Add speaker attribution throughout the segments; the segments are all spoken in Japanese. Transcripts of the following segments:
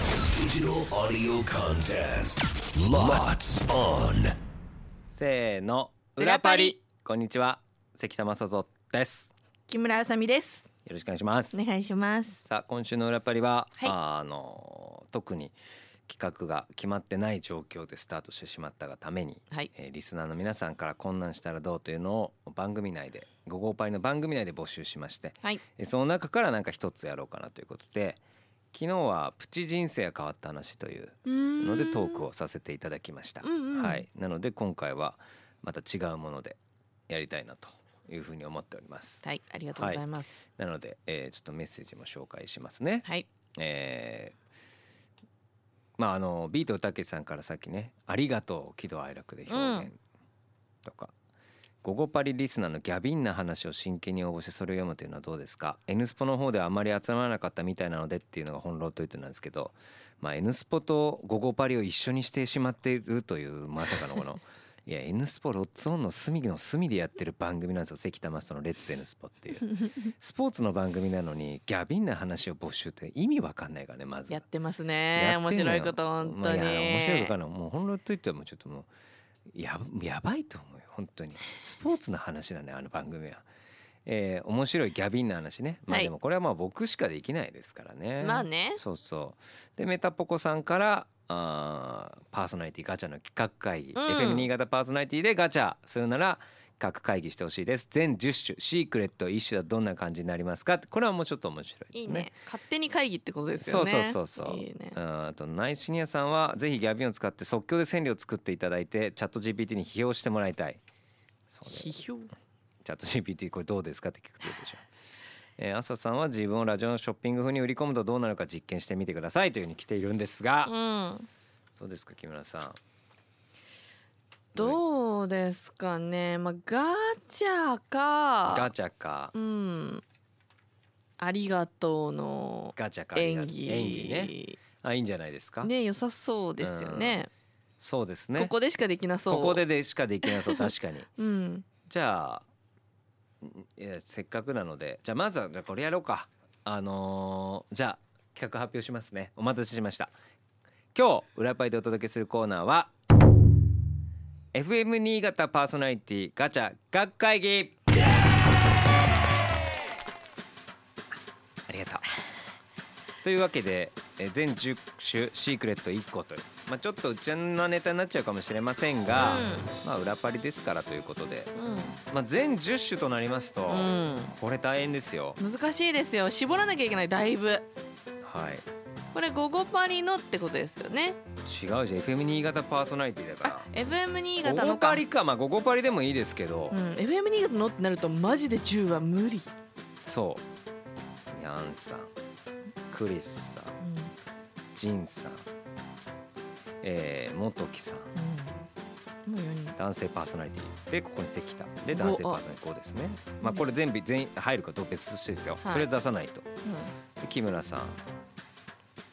Speaker 1: Digital audio contest. Lots on.
Speaker 2: せーの
Speaker 3: 裏
Speaker 2: 裏
Speaker 3: パ
Speaker 2: パ
Speaker 3: リ
Speaker 2: リこんにちは関田正人です
Speaker 3: 木村あさみです
Speaker 2: よろしくお願いします、
Speaker 3: お願いします
Speaker 2: さあ今週の裏パリは、
Speaker 3: はい
Speaker 2: あの特に企画が決まってない状況でスタートしてしまったがために、
Speaker 3: はい
Speaker 2: えーリスナーの皆さんからこんなんしたらどうというのを番組内で「午後パリ」の番組内で募集しまして
Speaker 3: はい
Speaker 2: えーその中からなんか一つやろうかなということで昨日は「プチ人生が変わった話」というの
Speaker 3: の
Speaker 2: でトークをさせていただきました、
Speaker 3: うんうん
Speaker 2: はい、なので今回はまた違うものでやりたいなというふうに思っております
Speaker 3: はいありがとうございます
Speaker 2: なので、えーちょっとメッセージも紹介しますね、
Speaker 3: はい
Speaker 2: えーまああのビートたけしさんからさっきね「ありがとう喜怒哀楽」で表現とか「午後パリリスナーのギャビンな話を真剣に応募してそれを読むというのはどうですか?」「N スポ」の方ではあまり集まらなかったみたいなのでっていうのが本論というとなんですけど、まあ、N スポと「午後パリ」を一緒にしてしまっているというまさかのこの。いや N スポロッツオンの隅の隅でやってる番組なんですよ関田マストの「レッツ N スポ」っていうスポーツの番組なのにギャビンな話を募集って意味わかんないからねまず
Speaker 3: やってます
Speaker 2: や
Speaker 3: ね
Speaker 2: っ
Speaker 3: 面
Speaker 2: てんの
Speaker 3: 白
Speaker 2: よ
Speaker 3: いこと本当に、
Speaker 2: まあいや面白いことかなもう本論といってはもうちょっともうやばやばいと思うよ本当にスポーツの話なんだよあの番組は。えー面白いギャビンな話ね、まあ、
Speaker 3: はい
Speaker 2: でもこれはまあ僕しかできないですからね。
Speaker 3: まあね
Speaker 2: そうそうでメタポコさんからあーパーソナリティガチャの企画会議、
Speaker 3: うん
Speaker 2: FM 新潟パーソナリティでガチャするなら企画会議してほしいです全10種シークレット1種はどんな感じになりますかってこれはもうちょっと面白いです
Speaker 3: いいね勝手に会議ってことですよね
Speaker 2: そうそうそうそう。
Speaker 3: いいね
Speaker 2: うんあとナイシニアさんはぜひギャビンを使って即興で線量を作っていただいてチャット GPT に批評してもらいたい。そうね
Speaker 3: 批評
Speaker 2: チャット GPT これどうですかって聞くとどうでしょう。えー、朝さんは自分をラジオのショッピング風に売り込むとどうなるか実験してみてくださいというふうに来ているんですが、
Speaker 3: うん
Speaker 2: どうですか木村さん
Speaker 3: どうですかねまあガチャか
Speaker 2: ガチャか
Speaker 3: うんありがとうの
Speaker 2: ガチャか
Speaker 3: 演技
Speaker 2: 演技ねあいいんじゃないですか、
Speaker 3: ね良さそうですよね、
Speaker 2: そうですね
Speaker 3: ここでしかできなそう
Speaker 2: ここででしかできなそう確かに
Speaker 3: うん
Speaker 2: じゃあんいやせっかくなのでじゃあまずはじゃあこれやろうかあのーじゃあ企画発表しますねお待たせしました今日裏パイでお届けするコーナーは FM 新潟パーソナリティガチャ学会議ありがとうというわけでえ全10種シークレット1個という、まあ、ちょっとうちのネタになっちゃうかもしれませんが、まあ裏パリですからということで
Speaker 3: う
Speaker 2: まあ、全10種となりますと、
Speaker 3: ん、
Speaker 2: これ大変ですよ。
Speaker 3: うん、難しいですよ絞らなきゃいけないだいぶ
Speaker 2: はい、
Speaker 3: これ「午後パリの」ってことですよね
Speaker 2: 違うじゃん FM 新潟パーソナリティだか
Speaker 3: あ FM 新
Speaker 2: ら。
Speaker 3: 潟
Speaker 2: 午後
Speaker 3: の
Speaker 2: パ
Speaker 3: か
Speaker 2: リかまあ午後パリでもいいですけど、
Speaker 3: うん、FM 新潟のってなるとマジで10は無理、
Speaker 2: そうニャンさんクリスさん
Speaker 3: うんうん
Speaker 2: ジンさん、えー、元木さん
Speaker 3: もう4人
Speaker 2: 男性パーソナリティでここに関田で男性パーソナリティこうですね。まあこれ全部全員入るかどうか別としてですよ、
Speaker 3: はい
Speaker 2: とりあえず出さないと。で木村さん、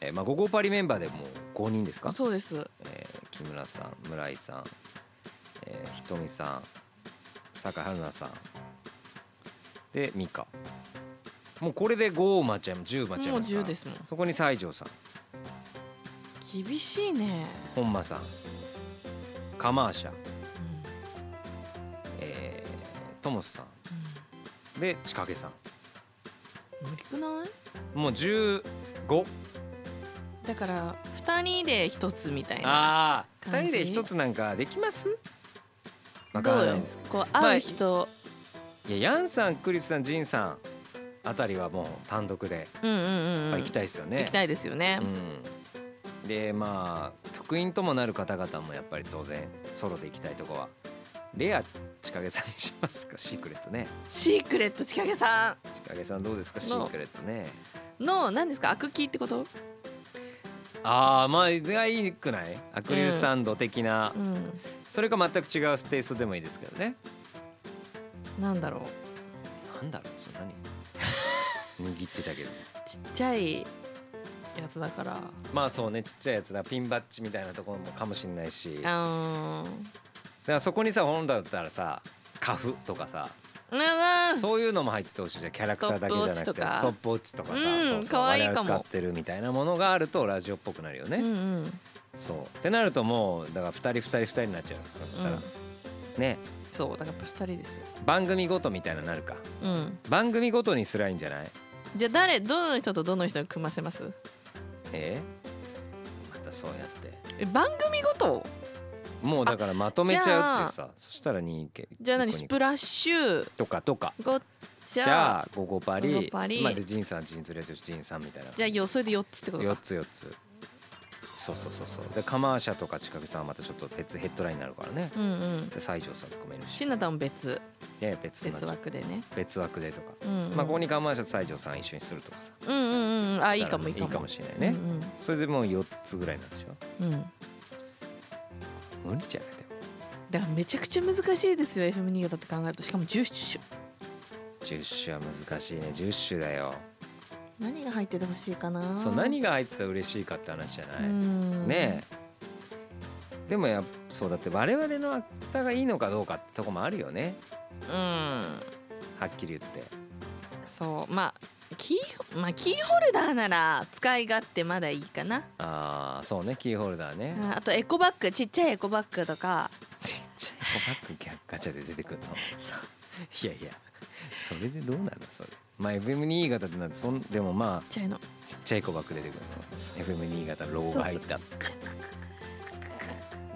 Speaker 2: えー、まあ午後パリメンバーでもう5人です
Speaker 3: う
Speaker 2: か
Speaker 3: ん、そうです
Speaker 2: えー木村さん村井さん、えーひとみさん坂井春菜さんで美香もうこれで5を待っちゃいます10待っちゃい
Speaker 3: もう
Speaker 2: ますから
Speaker 3: 10ですもん
Speaker 2: そこに西条さん
Speaker 3: 厳しいね、
Speaker 2: 本間さん釜マーシャ
Speaker 3: うんうん
Speaker 2: えートモスさんで千景さ
Speaker 3: 無理くない
Speaker 2: んもう15
Speaker 3: だから2人で1つみたいな
Speaker 2: ああ2
Speaker 3: 感じ
Speaker 2: 人で1つなんかできますわか
Speaker 3: ど
Speaker 2: ら
Speaker 3: う
Speaker 2: ない
Speaker 3: よ
Speaker 2: です
Speaker 3: こう会う人、
Speaker 2: いやヤンさんクリスさんジンさんあたりはもう単独で
Speaker 3: うんうんうん、うん、
Speaker 2: 行きたいですよね、
Speaker 3: 行きたいですよね、
Speaker 2: うん、でまあ局員ともなる方々もやっぱり当然ソロで行きたいとこはレア千景さんにしますかシークレットね
Speaker 3: シークレット千景さ
Speaker 2: 千景さんどうですかシ
Speaker 3: の
Speaker 2: ークレットね
Speaker 3: んの何ですかアクキーってこと
Speaker 2: ああまあいやいいくないアクリルスタンド的な、
Speaker 3: うん
Speaker 2: それか全く違うステイストでもいいですけどね
Speaker 3: なんだろ
Speaker 2: な
Speaker 3: う
Speaker 2: んだろうそれ 何握ってたけど
Speaker 3: ちっちゃいやつだから
Speaker 2: まあそうねちっちゃいやつだピンバッジみたいなところもかもしれないしだか
Speaker 3: あー
Speaker 2: らそこにさ本だったらさカフとかさ
Speaker 3: うんうん
Speaker 2: そういうのも入っててほしいじゃんキャラクターだけじゃなくて
Speaker 3: ストップウォッチとか
Speaker 2: ストップウォッチとかさ、
Speaker 3: うん
Speaker 2: そうそう
Speaker 3: 可愛いか
Speaker 2: 我
Speaker 3: も
Speaker 2: 々が使ってるみたいなものがあるとラジオっぽくなるよね、
Speaker 3: うんうん
Speaker 2: そうってなるともうだから2人2人2人になっちゃうそしたら、ね
Speaker 3: そうだからやっぱ二人ですよ
Speaker 2: 番組ごとみたいなのなるか
Speaker 3: うん
Speaker 2: 番組ごとにすらいいんじゃない
Speaker 3: じゃあ誰どの人とどの人を組ませます
Speaker 2: えーまたそうやって
Speaker 3: え番組ごと
Speaker 2: もうだからまとめちゃうってさそしたら2いけ
Speaker 3: じゃあ何
Speaker 2: ニコ
Speaker 3: ス
Speaker 2: ニコ
Speaker 3: プラッシュ
Speaker 2: とかとか
Speaker 3: ごっち
Speaker 2: じゃ
Speaker 3: ゃ
Speaker 2: あ午後パ
Speaker 3: 午
Speaker 2: リ
Speaker 3: 後パリ
Speaker 2: まあでジンさんジンズレとジンさんみたいな
Speaker 3: じゃあよそれで4つってこと
Speaker 2: 4
Speaker 3: か
Speaker 2: つ4つそうそうそうそうでカマーシャとかちかけさんはまたちょっと別ヘッドラインになるからね、
Speaker 3: うんうん
Speaker 2: で西条さんとかもいるし
Speaker 3: ひなたも別
Speaker 2: ね別
Speaker 3: 別枠でね
Speaker 2: 別枠でとか、
Speaker 3: うんうん
Speaker 2: まあここにカマーシャと西条さん一緒にするとかさ
Speaker 3: うんうんうんあいいかもい
Speaker 2: し
Speaker 3: い
Speaker 2: た
Speaker 3: からも
Speaker 2: いいかもしれないね、それでもう4つぐらいなんでしょ
Speaker 3: うんうんうん
Speaker 2: 無理じゃないでも
Speaker 3: だからめちゃくちゃ難しいですよ FM 新潟って考えるとしかも10種
Speaker 2: 10種は難しいね10種だよ
Speaker 3: 何が入っててほしいかな
Speaker 2: そう何が入ってたら嬉しいかって話じゃ
Speaker 3: う
Speaker 2: ない、
Speaker 3: ん
Speaker 2: ねえでもやっぱそうだって我々の芥がいいのかどうかってとこもあるよね
Speaker 3: うん
Speaker 2: はっきり言って
Speaker 3: そうまあキー,、まあ、キーホルダーなら使い勝手まだいいかな、
Speaker 2: ああそうねキーホルダーね、
Speaker 3: ああとエコバッグちっちゃいエコバッグとか
Speaker 2: ちっちゃいバッグギャガチャで出てくるの
Speaker 3: そう
Speaker 2: いやいやそれでどうなのそれまあ FM 新潟ってなるとそんでもまあ
Speaker 3: ちっちゃいの
Speaker 2: ちっちゃい小バッグ出てくるの FM 新潟ロゴが入った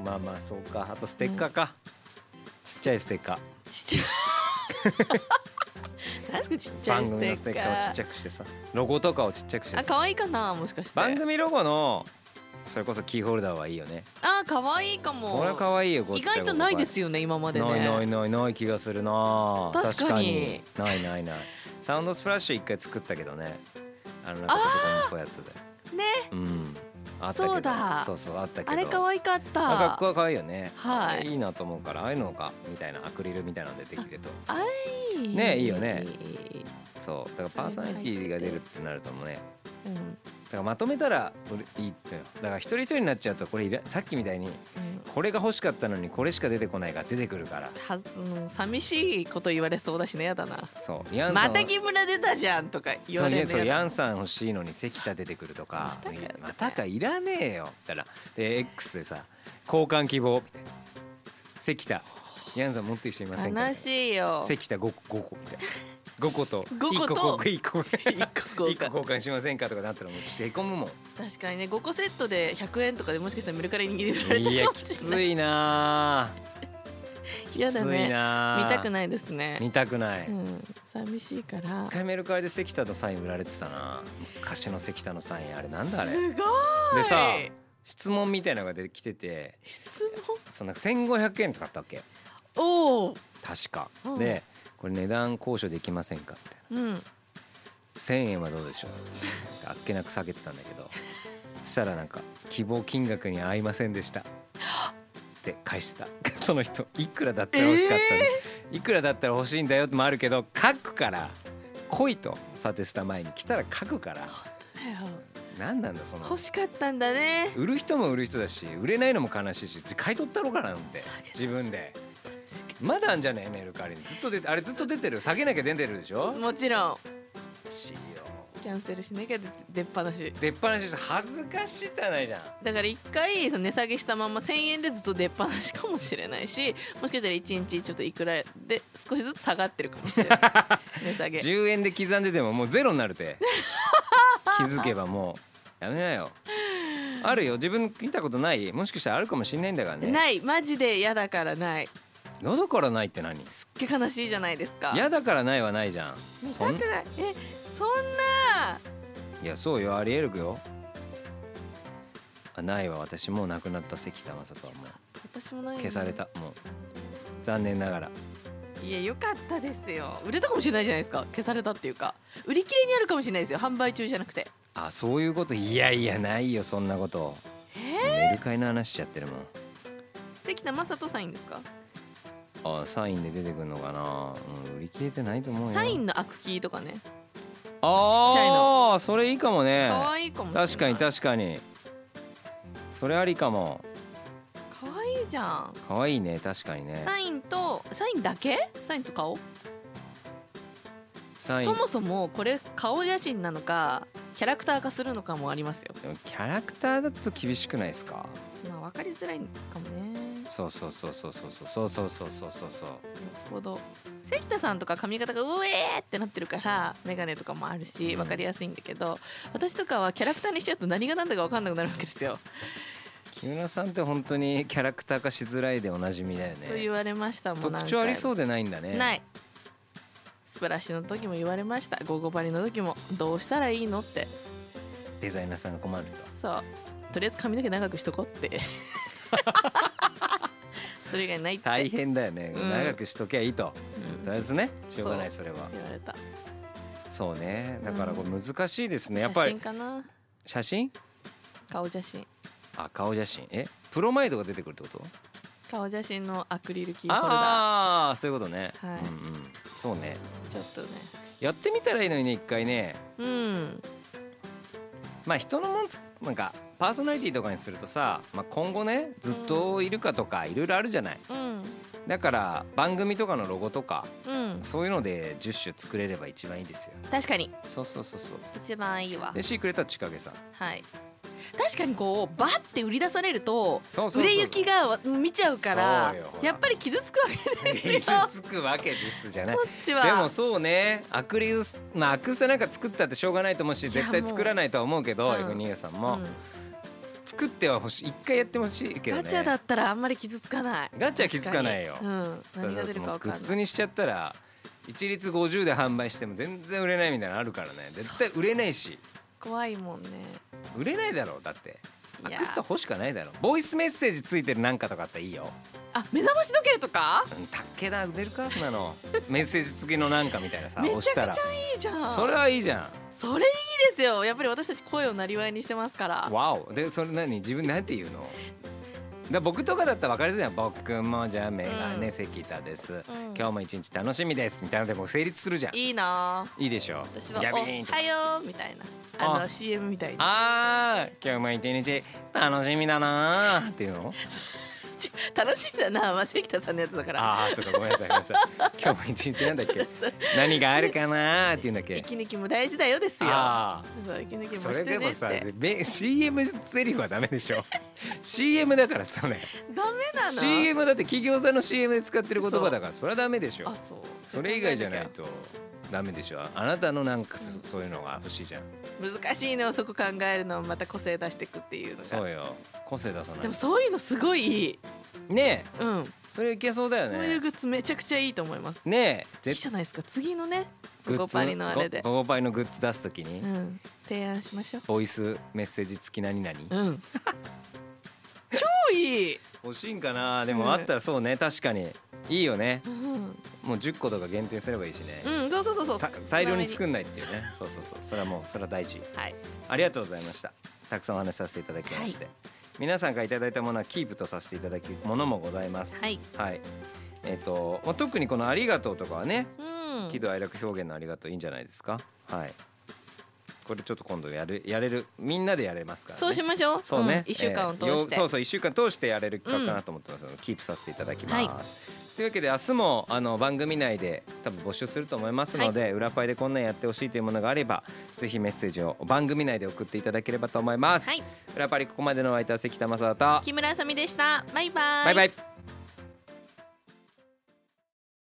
Speaker 2: まあまあそうかあとステッカーか、ちっちゃいステッカー
Speaker 3: ちっち ゃい何ですかちっちゃい
Speaker 2: 番組のス
Speaker 3: ス
Speaker 2: テ
Speaker 3: テ
Speaker 2: ッ
Speaker 3: ッ
Speaker 2: カ
Speaker 3: カ
Speaker 2: ーをちっ
Speaker 3: ー
Speaker 2: ちゃくしてさロゴとかをちっちゃくして
Speaker 3: あ
Speaker 2: さ
Speaker 3: 可愛いかなもしかして
Speaker 2: 番組ロゴのそれこそキーホルダーはいいよね
Speaker 3: あ可愛いかも
Speaker 2: これは可愛いよこっ
Speaker 3: 意
Speaker 2: ちは
Speaker 3: 外とないで
Speaker 2: こ
Speaker 3: すよね今ま
Speaker 2: こ
Speaker 3: でね
Speaker 2: ないないないない気がするな
Speaker 3: 確かに
Speaker 2: 確かにないないないサウンドスプラッシュ一回作ったけどねあのなんかちょっとこのやつで
Speaker 3: ね
Speaker 2: うんあったけど
Speaker 3: そうだ
Speaker 2: そうそうあったけど
Speaker 3: あれ可愛かった
Speaker 2: あ学校は可愛いよね、
Speaker 3: はい
Speaker 2: いいなと思うからああいうのがみたいなアクリルみたいなの出てきてと
Speaker 3: あれいい
Speaker 2: ねいいよねそうだからパーソナリティが出るってなるともうね
Speaker 3: うんうん
Speaker 2: だからまとめたらいいってよだから一人一人になっちゃうとこれいらさっきみたいにこれが欲しかったのにこれしか出てこないが出てくるから
Speaker 3: はうん、寂しいこと言われそうだしねやだな
Speaker 2: そうヤンさん
Speaker 3: ま
Speaker 2: は
Speaker 3: た木村出たじゃんとか言
Speaker 2: そ
Speaker 3: わ
Speaker 2: うい
Speaker 3: れ
Speaker 2: や
Speaker 3: る
Speaker 2: そう
Speaker 3: のや
Speaker 2: ヤンさん欲しいのに関田出てくるとか
Speaker 3: またかよ
Speaker 2: またかいらねえよって言ったらで X でさ交換希望みたいな関田ヤンさん持ってる人いませんか
Speaker 3: だ悲しいよ
Speaker 2: 関田 5, 個5個みたいな5個と
Speaker 3: 5個と
Speaker 2: 1個1個
Speaker 3: 交換
Speaker 2: 1個交換しませんかとかなったらもうちょっとへこ むもん
Speaker 3: 確かにね5個セットで100円とかでもしかしたらメルカリに入れられ
Speaker 2: い
Speaker 3: た
Speaker 2: や
Speaker 3: かも
Speaker 2: き
Speaker 3: しれな
Speaker 2: つ
Speaker 3: い
Speaker 2: いなあ
Speaker 3: 嫌
Speaker 2: き つ
Speaker 3: だ
Speaker 2: い
Speaker 3: ね
Speaker 2: なあ
Speaker 3: 見たくないですね
Speaker 2: 見たくない、
Speaker 3: う
Speaker 2: 一
Speaker 3: ん寂しいから
Speaker 2: 回メルカリで関田のサイン売られてたな昔の関田のサインあれなんだあれ
Speaker 3: すごい
Speaker 2: でさ質問みたいなのが出てきてて
Speaker 3: 質問
Speaker 2: そんな1500円とかあったわけ
Speaker 3: おお
Speaker 2: 確か、
Speaker 3: うん
Speaker 2: でこれ値段交渉できませんかみたいな
Speaker 3: うん
Speaker 2: 1000円はどうでしょうあっけなく下げてたんだけどそしたらなんか希望金額に合いませんでしたって返してたその人いくらだったら欲しかったの、いくらだったら欲しいんだよってもあるけど書くから来いとサテスタ前に来たら書くから
Speaker 3: だよ
Speaker 2: 何なんだその
Speaker 3: 欲しかったんだね
Speaker 2: 売る人も売る人だし売れないのも悲しいし買い取ったろかなんて
Speaker 3: 下げた
Speaker 2: 自分でまだあんじゃねえメルカリにずっと出てあれずっと出てる下げなきゃ出てるでしょ
Speaker 3: もちろん
Speaker 2: しいよ
Speaker 3: キャンセルしなきゃ出っ放し
Speaker 2: 出っ放しして恥ずかしいってない じゃん
Speaker 3: だから一回その値下げしたまんま1000円でずっと出っ放しかもしれないしもしかしたら1日ちょっといくらで少しずつ下がってるかも しれない値下げ
Speaker 2: 10円で刻んでてももうゼロになる て気づけばもうやめなよあるよ自分見たことないもしかしたらあるかもしれないんだからね
Speaker 3: ないマジで嫌だからない
Speaker 2: 喉からないって何
Speaker 3: すっげえ悲しいじゃないですか
Speaker 2: 嫌だからないはないじゃん
Speaker 3: 見
Speaker 2: そ
Speaker 3: たく
Speaker 2: ん
Speaker 3: ないえそんない
Speaker 2: やそうよありえるよあないわ私もう亡くなった関田正人はもう
Speaker 3: 私もないよ
Speaker 2: 消されたもう残念ながら
Speaker 3: いや良かったですよ売れたかもしれないじゃないですか消されたっていうか売り切れにあるかもしれないですよ販売中じゃなくて
Speaker 2: あそういうこといやいやないよそんなことメルカリの話しちゃってるもん
Speaker 3: 関田正人さんいいんですか
Speaker 2: あサインで出てくるのかな、うん、売り切れてないと思うよ
Speaker 3: サインのアクキーとかね
Speaker 2: あ
Speaker 3: ちっちゃい
Speaker 2: あそれいいかもね
Speaker 3: 可愛いかもしれない
Speaker 2: 確かに確かにそれありかも
Speaker 3: 可愛いじゃん
Speaker 2: 可愛いね確かにね
Speaker 3: サインとサインだけサインと顔
Speaker 2: サイン
Speaker 3: そもそもこれ顔写真なのかキャラクター化するのかもありますよ、
Speaker 2: でもキャラクターだと厳しくないですか
Speaker 3: まあ、分かりづらいかもねな
Speaker 2: そうそうそうそうそうそうそうそうそうそうそう
Speaker 3: るほど関田さんとか髪型がうえーってなってるから眼鏡とかもあるし分かりやすいんだけど私とかはキャラクターにしちゃうと何が何だか分かんなくなるわけですよ。
Speaker 2: 木村さんって本当にキャラクター化しづらいでおなじみだよ
Speaker 3: と言
Speaker 2: ね
Speaker 3: われましたもん
Speaker 2: 特徴ありそううでないんだね
Speaker 3: ないスプラッシュの時も言われました「ゴゴバリ」の時も「どうしたらいいの?」って
Speaker 2: デザイナーさんが困るんだ
Speaker 3: そうとりあえず髪の毛長くしとこうって それ以外ないって
Speaker 2: 大変だよね、
Speaker 3: うん
Speaker 2: 長くしときゃいいと
Speaker 3: うん
Speaker 2: とりあえずねしょうがないそれは
Speaker 3: 言われた
Speaker 2: そうねだからこれ難しいですね、やっぱ
Speaker 3: 写
Speaker 2: り
Speaker 3: 真かな
Speaker 2: 写真
Speaker 3: 顔写真
Speaker 2: あ顔写真えプロマイドが出てくるってこと
Speaker 3: 顔写真のアクリルキーホルダー
Speaker 2: ああーそういうことね、
Speaker 3: はい
Speaker 2: うんうんそうね
Speaker 3: ちょっとね
Speaker 2: やってみたらいいのにね一回ね
Speaker 3: うん
Speaker 2: まあ人のもんつなんかパーソナリティとかにするとさ、まあ、今後ねずっといるかとかいろいろあるじゃない
Speaker 3: うん
Speaker 2: だから番組とかのロゴとか
Speaker 3: うん
Speaker 2: そういうので10種作れれば一番いいですよ
Speaker 3: 確かに
Speaker 2: そうそうそうそう
Speaker 3: 一番いいわ
Speaker 2: でシークレットは千景さん
Speaker 3: はい確かにこうバッて売り出されると
Speaker 2: そうそうそう
Speaker 3: 売れ行きが見ちゃうから
Speaker 2: そうよほら
Speaker 3: やっぱり傷つくわけ ですよ
Speaker 2: 傷
Speaker 3: こ
Speaker 2: つくわけですじゃない
Speaker 3: っちは
Speaker 2: でもそうねアクリルスまあアクスタなんか作ったってしょうがないと思うし絶対作らないとは思うけ
Speaker 3: も
Speaker 2: ど
Speaker 3: う
Speaker 2: エゴニーさんも、
Speaker 3: うん
Speaker 2: 作ってはほしい一回やってほしいけどね
Speaker 3: ガチャだったらあんまり傷つかない
Speaker 2: ガチャは傷つかないよ
Speaker 3: 確かにうん何が出るか分かん
Speaker 2: グ
Speaker 3: な
Speaker 2: ッ
Speaker 3: い
Speaker 2: ズにしちゃったら一律50で販売しても全然売れないみたいなのあるからね絶対売れないし
Speaker 3: 怖いもんね
Speaker 2: 売れないだろうだってア
Speaker 3: いや
Speaker 2: クスタ欲しかないだろうボイスメッセージついてるなんかとかあっていいよ
Speaker 3: あ目覚まし時計とか
Speaker 2: うんたっけだ売れるかそんな のメッセージ付きのなんかみたいなさ
Speaker 3: めちゃ
Speaker 2: 押
Speaker 3: くち
Speaker 2: した
Speaker 3: ゃ
Speaker 2: ら
Speaker 3: いいじゃん
Speaker 2: それはいいじゃ
Speaker 3: それいいですよやっぱり私たち声をなりわいにしてますから
Speaker 2: んわおでそれ何自分なんて言うのだ僕とかだったら分かりづらいじゃん僕もじゃあメガネ
Speaker 3: うん
Speaker 2: 関田です、
Speaker 3: ん
Speaker 2: 今日も一日楽しみですみたいなのでもう成立するじゃんい
Speaker 3: いいなぁ
Speaker 2: いでしょ
Speaker 3: 私は
Speaker 2: ギャ
Speaker 3: お
Speaker 2: ビーンとか
Speaker 3: はようみたいなあの
Speaker 2: あ
Speaker 3: CM みたいに
Speaker 2: あー今日も一日楽しみだなーっていうの
Speaker 3: ち 楽しみだなぁまあ関田さんのやつだから
Speaker 2: ああそうかごめんなさいごめんなさい今日も一日なん だっけ何があるかなーっていうんだっけ
Speaker 3: 息抜きも大事だよですよ
Speaker 2: あ
Speaker 3: そう息抜き
Speaker 2: ー
Speaker 3: も
Speaker 2: そ
Speaker 3: し
Speaker 2: れ
Speaker 3: て
Speaker 2: で
Speaker 3: ね
Speaker 2: も
Speaker 3: っ
Speaker 2: さ
Speaker 3: て
Speaker 2: べ CM セリフはダメでしょ CM だからそれ
Speaker 3: ダメなの
Speaker 2: CM だって企業さんの CM で使ってる言葉だからそれはダメでしょ
Speaker 3: あそう
Speaker 2: それ以外じゃないとダメでしょあなたのなんかそそういうのが欲しいじゃん
Speaker 3: 難しいねそこ考えるのまた個性出していくっていうの
Speaker 2: そ
Speaker 3: が
Speaker 2: うよ個性出さな
Speaker 3: でもそういうのすごいいい
Speaker 2: いねえ
Speaker 3: うん
Speaker 2: それいけそうだよ
Speaker 3: そういう
Speaker 2: ね
Speaker 3: グッズめちゃくちゃいいと思います。
Speaker 2: ねえ
Speaker 3: いい
Speaker 2: 絶
Speaker 3: じゃないですか。次のね、
Speaker 2: グッズ
Speaker 3: ゴパリのあれで、
Speaker 2: ゴゴパリのグッズ出すときに、
Speaker 3: うん、提案しましょう。
Speaker 2: ボイスメッセージ付き何々、
Speaker 3: うん。超いい。
Speaker 2: 欲しいんかなでも、
Speaker 3: うん
Speaker 2: あったらそうね確かにいいよね
Speaker 3: うん、
Speaker 2: もう10個とか限定すればいいしね、
Speaker 3: うん、そうそうそうそう
Speaker 2: た。大量に
Speaker 3: 少
Speaker 2: 作
Speaker 3: な
Speaker 2: ん
Speaker 3: め
Speaker 2: ないっていうねそうそうそうそれはもうそれは大事
Speaker 3: はい。
Speaker 2: ありがとうございましたたくさんお話しさせていただきまして、皆さんからいただいたものはキープとさせていただくものもございます
Speaker 3: はい、
Speaker 2: えっ、と、まあ、特にこの「ありがとう」とかはね
Speaker 3: うん。
Speaker 2: 喜怒哀楽表現のありがとういいんじゃないですかはいこれちょっと今度やるやれるみんなでやれますから、ね、
Speaker 3: そうしましょう。
Speaker 2: そうね、
Speaker 3: ん一、週間を
Speaker 2: えー
Speaker 3: 通
Speaker 2: よ
Speaker 3: し
Speaker 2: う
Speaker 3: て。
Speaker 2: そうそう一週間通してやれる企画かなと思ってますので、キープさせていただきます、
Speaker 3: は
Speaker 2: というわけで明日もあの番組内で多分募集すると思いますので、裏パイでこんなんやってほしいというものがあればぜひメッセージを番組内で送っていただければと思います、
Speaker 3: はい。
Speaker 2: 裏パイここまでのお相手は関田正人
Speaker 3: 木村あさみでした。バイバイ。
Speaker 2: バイバイ